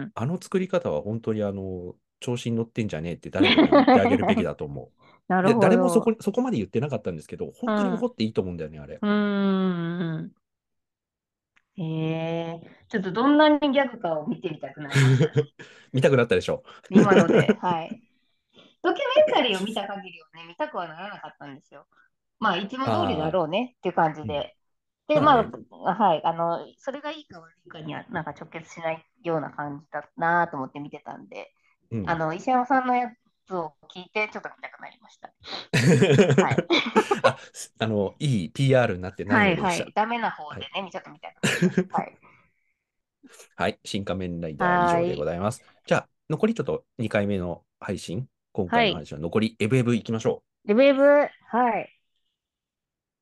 Speaker 2: ん。
Speaker 1: あの作り方は本当にあの調子に乗ってんじゃねえって誰かに言ってあげるべきだと思
Speaker 2: *laughs* な
Speaker 1: う。
Speaker 2: る
Speaker 1: で
Speaker 2: ほ
Speaker 1: 誰も
Speaker 2: ど。
Speaker 1: そこそこまで言ってなかったんですけど、本当に怒っていいと思うんだよね、あれ。
Speaker 2: うんうんうん。ええちょっとどんなにギャグかを見てみたくなる。
Speaker 1: 見たくなったでしょ。
Speaker 2: 今ので、
Speaker 1: *laughs*
Speaker 2: はい。ドキュメンタリーを見た限りはね、見たくはならなかったんですよ。まあ、いつも通りだろうねっていう感じで。で、
Speaker 1: まあ
Speaker 2: ま
Speaker 1: ね
Speaker 2: あ、はい、あの、それがいいか悪いかには、なんか直結しないような感じだなと思って見てたんで、
Speaker 1: うん
Speaker 2: あの、石山さんのやつを聞いて、ちょっと見たくなりました。はい
Speaker 1: *laughs* あすあのいい PR になって
Speaker 2: は、
Speaker 1: ない *laughs* いので
Speaker 2: は
Speaker 1: した。はい
Speaker 2: い、ダメな方でね、ちょっと見たくなり
Speaker 1: 新仮面ライダー以上でございます。じゃあ、残りちょっと2回目の配信、今回の配信は残りエブエブいきましょう。
Speaker 2: レブエブ、はい。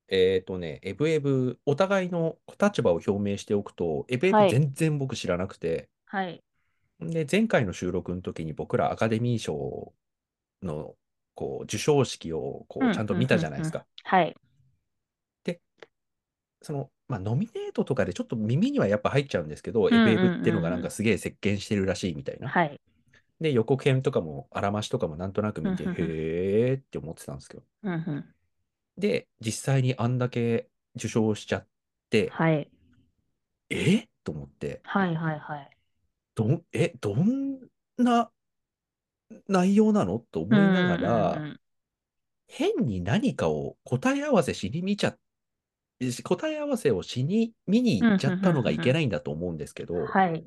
Speaker 1: えーとね、エブエブ、お互いの立場を表明しておくと、エブエ
Speaker 2: は
Speaker 1: ブ
Speaker 2: い
Speaker 1: 全然僕知らなくて、
Speaker 2: はい。
Speaker 1: で、前回の収録の時に僕らアカデミー賞のこう受賞式をこ
Speaker 2: うん
Speaker 1: うちゃんと見たじゃないですか。
Speaker 2: はい。
Speaker 1: その、まあ、ノミネートとかでちょっと耳にはやっぱ入っちゃうんですけど、
Speaker 2: んうんうんうん
Speaker 1: エブエブってのがなんかすげえ席巻してるらしいみたいな。
Speaker 2: はい。
Speaker 1: で、予告編とかも、あらましとかもなんとなく見て、
Speaker 2: うんうんう
Speaker 1: へ
Speaker 2: ん
Speaker 1: ーって思ってたんですけど。
Speaker 2: うんうん。
Speaker 1: で、実際にあんだけ受賞しちゃって、
Speaker 2: はい。
Speaker 1: えと思って、
Speaker 2: はいはいはい。
Speaker 1: どん、え、どんな内容なのと思いながら、
Speaker 2: うんうんうん
Speaker 1: 変に何かを答え合わせしに見ちゃっ答え合わせをしに見に行っちゃったのがいけないんだと思うんですけど、
Speaker 2: うん。はい。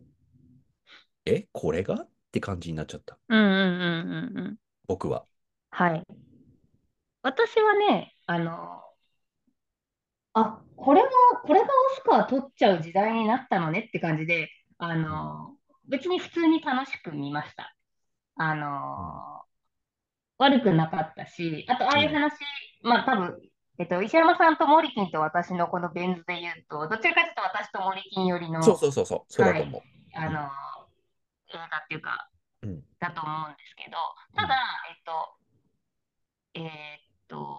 Speaker 1: え、これがって感じになっちゃった、
Speaker 2: うんうんうんうんうん。
Speaker 1: 僕は。
Speaker 2: はい。私はね、あの、あ、これが、これがオスカー取っちゃう時代になったのねって感じで、あの、別に普通に楽しく見ました。あの、悪くなかったし、あと、ああいう話、まあ多分、えっと、石山さんとモリキンと私のこのベンズで言うと、どっちらかというと私とモリキンよりの、
Speaker 1: そうそうそうそう、そうだと思う。
Speaker 2: あの、映画っていうか、
Speaker 1: うん
Speaker 2: だと思うんですけど、
Speaker 1: うん
Speaker 2: ただ、えっと、えーっと、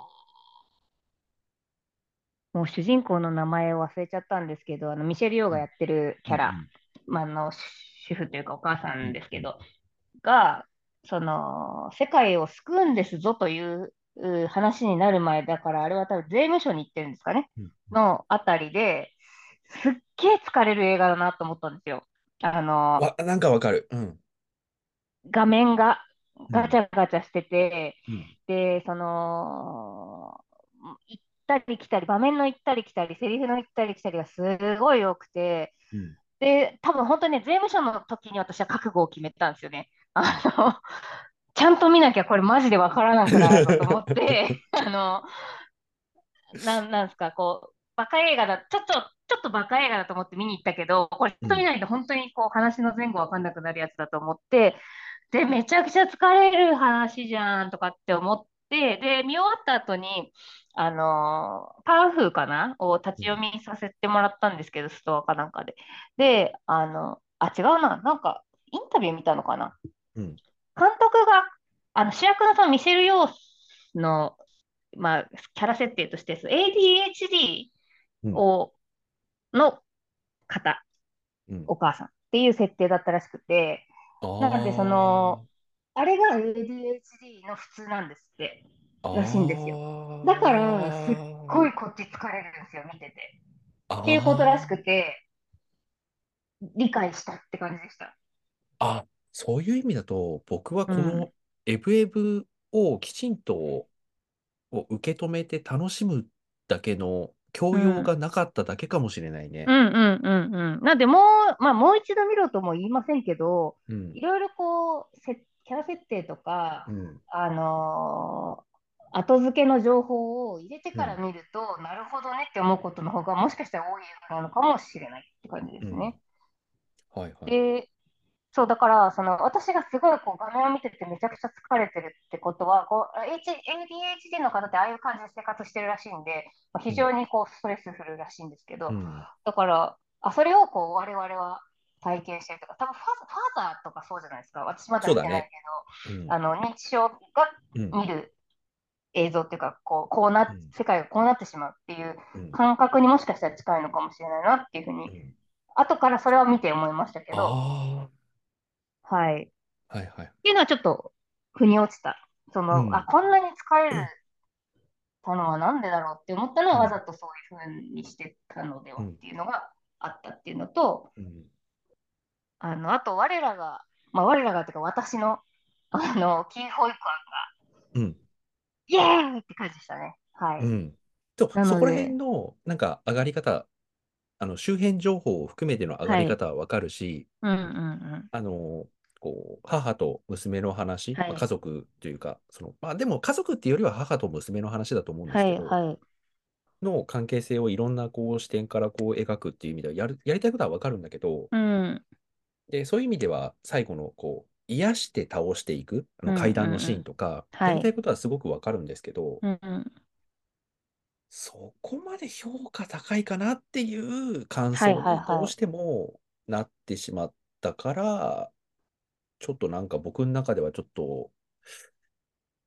Speaker 2: もう主人公の名前を忘れちゃったんですけど、あのミシェル・ヨーがやってるキャラ、まあ、あの主婦というかお母さんですけど、が、その、世界を救うんですぞというう話になる前だから、あれは多分税務署に行ってるんですかね。
Speaker 1: うんうん
Speaker 2: のあたりで、すっげえ疲れる映画だなと思ったんですよ。あの、
Speaker 1: わ、なんかわかる。うん。
Speaker 2: 画面がガチャガチャしてて、
Speaker 1: うん
Speaker 2: で、その、行ったり来たり、場面の行ったり来たり、セリフの行ったり来たりがすごい多くて、
Speaker 1: うん
Speaker 2: で、多分本当に税務署の時に私は覚悟を決めたんですよね。あ
Speaker 1: *laughs*
Speaker 2: の、ちゃんと見なきゃこれマジでわからなくなるぞと思
Speaker 1: *laughs*
Speaker 2: って、あの、なんなんですか、こう、バカ映画だ、ちょっと、ちょっとバカ映画だと思って見に行ったけど、これちょっと見ないと本当にこう話の前後わかんなくなるやつだと思って、で、めちゃくちゃ疲れる話じゃんとかって思って、で、見終わった後に、あのーパンフーかなを立ち読みさせてもらったんですけど、ストアかなんかで。で、あの、あ、違うな、なんか、インタビュー見たのかな
Speaker 1: うん
Speaker 2: 監督が、あの主役のそのミシェル・ヨーの、まあ、キャラ設定として、その ADHD を、の方、
Speaker 1: うん
Speaker 2: お母さんっていう設定だったらしくて、なんでそのあれが ADHD の普通なんですって。
Speaker 1: あー、
Speaker 2: らしいんです
Speaker 1: よ
Speaker 2: だからすっすっごいこっち疲れるんですよ、見てて。っていうことらしくて、理解したって感じでした。
Speaker 1: あ、そういう意味だと、僕はこ
Speaker 2: う
Speaker 1: のエブエブをきちんとを受け止めて楽しむだけの教養がなかっただけかもしれないね
Speaker 2: う。んうんうんうん。なんで、もう、まあ、もう一度見ろとも言いませんけど、
Speaker 1: うん
Speaker 2: い。ろいろこう、せキャラ設定とか
Speaker 1: う、ん。
Speaker 2: あのー後付けの情報を入れてから見ると、なるほどねって思うことの方が、もしかしたら多い映画なのかもしれないって感じですね。
Speaker 1: はいはい。
Speaker 2: で、そう、だから、その、私がすごいこう画面を見ててめちゃくちゃ疲れてるってことは、こう、H、ADHD の方ってああいう感じで生活してるらしいんで、まあ非常にこう、ストレスフルらしいんですけど
Speaker 1: う、ん。
Speaker 2: だから、あ、それをこう、我々は体験してるとか、多分ファ、ファーザーとかそうじゃないですか。私まだ
Speaker 1: そう
Speaker 2: 見
Speaker 1: だ
Speaker 2: て
Speaker 1: ね
Speaker 2: ないけ
Speaker 1: うん
Speaker 2: ど、あの、認知症が
Speaker 1: うん。
Speaker 2: 見る映像っていうか、こう、こうな
Speaker 1: うん、
Speaker 2: 世界がこうなってしまうっていう
Speaker 1: うん
Speaker 2: 感覚にもしかしたら近いのかもしれないなっていうふう
Speaker 1: う
Speaker 2: に、
Speaker 1: ん
Speaker 2: 後からそれを見て思いましたけど、
Speaker 1: あ
Speaker 2: はい。
Speaker 1: あ、はいはい。
Speaker 2: っていうのはちょっと腑に落ちた。その、
Speaker 1: うん
Speaker 2: あ、こんなに疲れるたのはなんでだろうって思ったのは、
Speaker 1: うん
Speaker 2: わざとそういうふうにしてたのではっていうのがあったっていうのと、
Speaker 1: うん
Speaker 2: あの、あと我らが、まあ我らがというか私の、 *laughs* あの、キーホイ
Speaker 1: うん。
Speaker 2: 感が、イエーイって感じでしたね。はい。
Speaker 1: うん。と、
Speaker 2: なので
Speaker 1: そこら辺の、なんか、上がり方、あの、周辺情報を含めての上がり方はわかるし、
Speaker 2: うんうん
Speaker 1: あの、こう、母と娘の話、まあ
Speaker 2: はい
Speaker 1: 家族というか、その、まあ、でも家族っていうよりは母と娘の話だと思う
Speaker 2: うんん。
Speaker 1: です
Speaker 2: は
Speaker 1: け
Speaker 2: い
Speaker 1: ど、
Speaker 2: はい。
Speaker 1: の関係性をいろんなこう視点からこう描くっていう意味では、やる、やりたいことはわかるんだけど、
Speaker 2: うん。
Speaker 1: で、そういう意味では、最後のこう、癒して倒していく、あの
Speaker 2: うん
Speaker 1: 階段のシーンとか、
Speaker 2: うんはい
Speaker 1: やりたいことはすごくわかるんですけど、
Speaker 2: うんうん。
Speaker 1: そこまで評価高いかなっていう感
Speaker 2: はい
Speaker 1: 想
Speaker 2: はい
Speaker 1: に
Speaker 2: はい
Speaker 1: どうしてもなってしまったから、ちょっとなんか僕の中ではちょっと、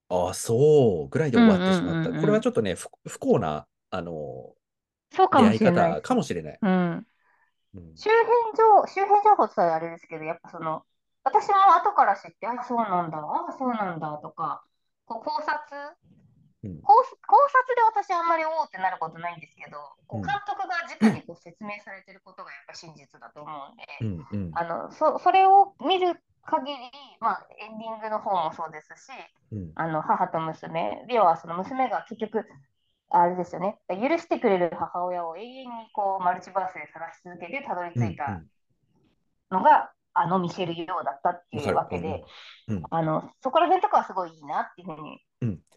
Speaker 1: ああ、そうぐらいで終わってしまっ
Speaker 2: うんうんうんう
Speaker 1: た。
Speaker 2: ん
Speaker 1: これはちょっとね、不、不幸な、あの、
Speaker 2: そうか
Speaker 1: 出
Speaker 2: も
Speaker 1: 会い
Speaker 2: しれない
Speaker 1: 方
Speaker 2: です
Speaker 1: かもしれない。
Speaker 2: うん。
Speaker 1: うん
Speaker 2: 周辺情、周辺情報って言ったらあれですけど、やっぱその、私も後から知って、あ、そうなんだ、あ、そうなんだとか、こう考察
Speaker 1: うん
Speaker 2: 考考察で私あんまりおおってなることないんですけど、こ
Speaker 1: うん
Speaker 2: う監督が直にこう説明されてることがやっぱ真実だと思うんで、
Speaker 1: うんうん
Speaker 2: あのそそれを見る限り、まあ、エンディングの方もそうですし、
Speaker 1: うん
Speaker 2: あの母と娘、要はその娘が結局、あれですよね、許してくれる母親を永遠にこうマルチバースで探し続けてたどり
Speaker 1: うん
Speaker 2: 着いたのが、あのミシェル・ユオだったっていうわけ
Speaker 1: わ
Speaker 2: で
Speaker 1: か、るうんうん
Speaker 2: あのそこら辺とかはすごいいいなっていうふうに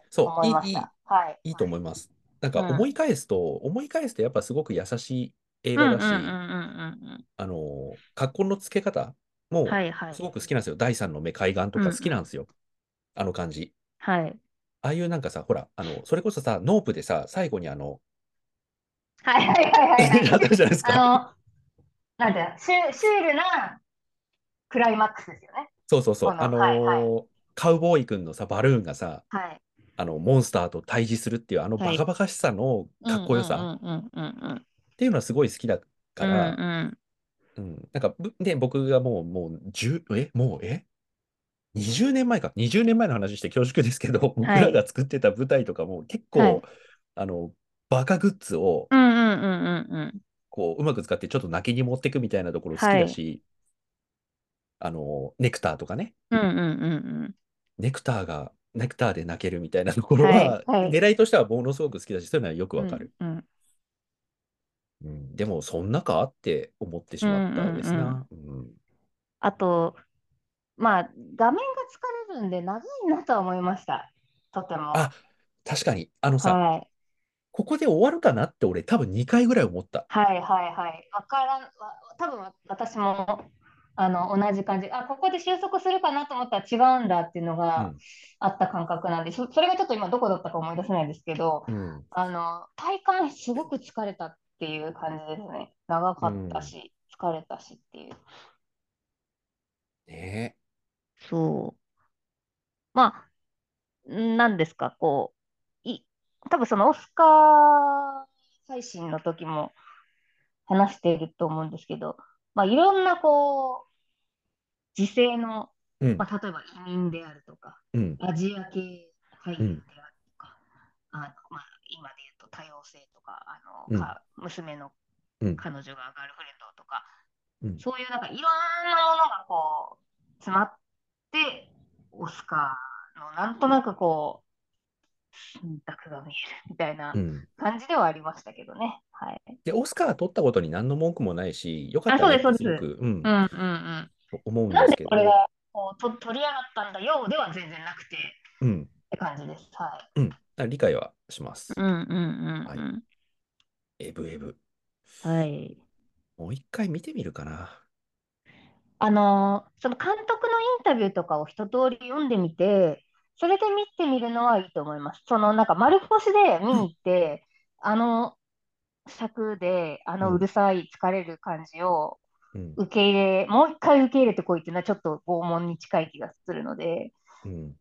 Speaker 1: そ
Speaker 2: 思
Speaker 1: う
Speaker 2: い
Speaker 1: い
Speaker 2: ま
Speaker 1: い
Speaker 2: し
Speaker 1: いい
Speaker 2: た。はい。
Speaker 1: いいと思います。なんか
Speaker 2: うん
Speaker 1: 思い返すと、思い返すとやっぱすごく優しい映
Speaker 2: うんう
Speaker 1: 画
Speaker 2: ん
Speaker 1: だし、
Speaker 2: うんうん
Speaker 1: あの、格好のつけ方
Speaker 2: う
Speaker 1: も
Speaker 2: ん。はいはい
Speaker 1: す。ごく好きなんですよ。第三の目海岸とか好きなんですよ。あの感じ。
Speaker 2: はい。
Speaker 1: ああいうなんかさ、ほら、あの、それこそさ、ノープでさ、最後にあの、
Speaker 2: はいはいは
Speaker 1: あ *laughs*
Speaker 2: いはいはい。
Speaker 1: ったじゃないですか。
Speaker 2: あの、なんだシュ、シュールなクライマックスですよね。
Speaker 1: そうそうそう。
Speaker 2: この
Speaker 1: あのー
Speaker 2: はいは
Speaker 1: カウボーイ君のさ、バルーンがさ、
Speaker 2: はい。
Speaker 1: あの、モンスターと対峙するっていう、あの
Speaker 2: は
Speaker 1: バ
Speaker 2: い
Speaker 1: カバカしさのかっこよさ
Speaker 2: うんうんうんうんうん。
Speaker 1: っていうのはすごい好きだから、
Speaker 2: うんうん。
Speaker 1: うん、なんかぶ、ね、僕がもう、もう、10、え、もう、え ?20 年前か。20年前の話して恐縮ですけど、僕らが作ってた舞台とかも結構、
Speaker 2: はい
Speaker 1: あの、バカグッズを、
Speaker 2: うんうんうんうんうん。
Speaker 1: こう、うまく使ってちょっと泣きに持っていくみたいなところ好きだし、あの、ネクターとかね、
Speaker 2: うんうんうん
Speaker 1: ネクターが、ネクターで泣けるみたいなところは、
Speaker 2: はいはい
Speaker 1: 狙いとしてはものすごく好きだし、そういうのはよく
Speaker 2: うん。
Speaker 1: わかる。
Speaker 2: うん。
Speaker 1: うん、でも、そんなかって思ってしまったですな。うん
Speaker 2: あと、まあ、画面が疲れるんで長いなとは思いました。とても。
Speaker 1: あ、確かに、あのさ、
Speaker 2: はい。
Speaker 1: ここで終わるかなって俺多分2回ぐらい思った。
Speaker 2: はいはいはい。わからん、わ多分私もあの同じ感じ。あ、ここで収束するかなと思ったら違うんだっていうの
Speaker 1: う
Speaker 2: が
Speaker 1: ん
Speaker 2: あった感覚なんで、そ、それがちょっと今どこだったか思い出せないですけど、
Speaker 1: うん、
Speaker 2: あの体感すごく疲れたっていう感じですね。長かったし、疲れたしっていう。
Speaker 1: ね
Speaker 2: そう。まあ、なんですか、こう、い、多分そのオスカー配信の時も話していると思うんですけど、まあ、いろんなこう、時勢の、
Speaker 1: え。うん
Speaker 2: まあ、例えば移民であるとか、
Speaker 1: うん
Speaker 2: アジア系俳優であるとか、あの、まあ、今で言うと多様性とか、あ
Speaker 1: うん
Speaker 2: の、か、娘の
Speaker 1: うん
Speaker 2: 彼女がガールフレンドとか、
Speaker 1: うん
Speaker 2: そういうなんかいろんなものがこう詰まってオスカーのなんとなくこう選択が見えるみたいな
Speaker 1: うん
Speaker 2: 感じではありましたけどね。はい。
Speaker 1: で、オスカー取ったことに何の文句もないし、よかっ
Speaker 2: あそ
Speaker 1: たな
Speaker 2: うで
Speaker 1: っ
Speaker 2: す
Speaker 1: てすご
Speaker 2: そ
Speaker 1: く、うん
Speaker 2: うん、うんうん。
Speaker 1: 思うんで
Speaker 2: なん
Speaker 1: す
Speaker 2: で
Speaker 1: けど
Speaker 2: こ、れがこうと取り上がったんだようでは全然なくてっ
Speaker 1: うん、だか
Speaker 2: て感じです。はい。
Speaker 1: ら理解はします。
Speaker 2: うんうんうん
Speaker 1: エブエブ。
Speaker 2: うん。はい。
Speaker 1: もう一回見てみるかな。
Speaker 2: あのーその監督のインタビューとかを一通り読んでみて、それで見てみるのはいいと思います。そのなんか丸腰で見に行って、あの尺で、あのうるさい疲れる感じを
Speaker 1: うん、
Speaker 2: 受け入れ、もう一回受け入れてこいっていうのはちょっと拷問に近い気がするので、
Speaker 1: うん。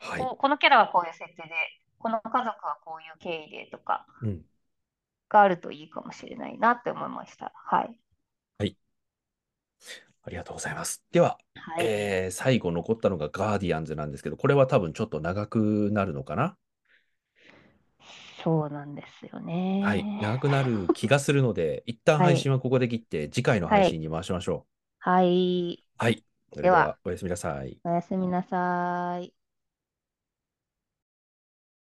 Speaker 1: はい。
Speaker 2: こうこのキャラはこういう設定で、この家族はこういう経緯でとか
Speaker 1: うん。
Speaker 2: があるといいかもしれないなって思いました。はい。
Speaker 1: ありがとうございます。では、
Speaker 2: はい。
Speaker 1: えー最後残ったのがガーディアンズなんですけど、これは多分ちょっと長くなるのかな。
Speaker 2: そうなんですよね。
Speaker 1: はい、長くなる気がするので、一旦配信はここで切って、次回の配信に回しましょ
Speaker 2: はい。
Speaker 1: う。はい、それではおやすみなさい。
Speaker 2: おやすみなさい。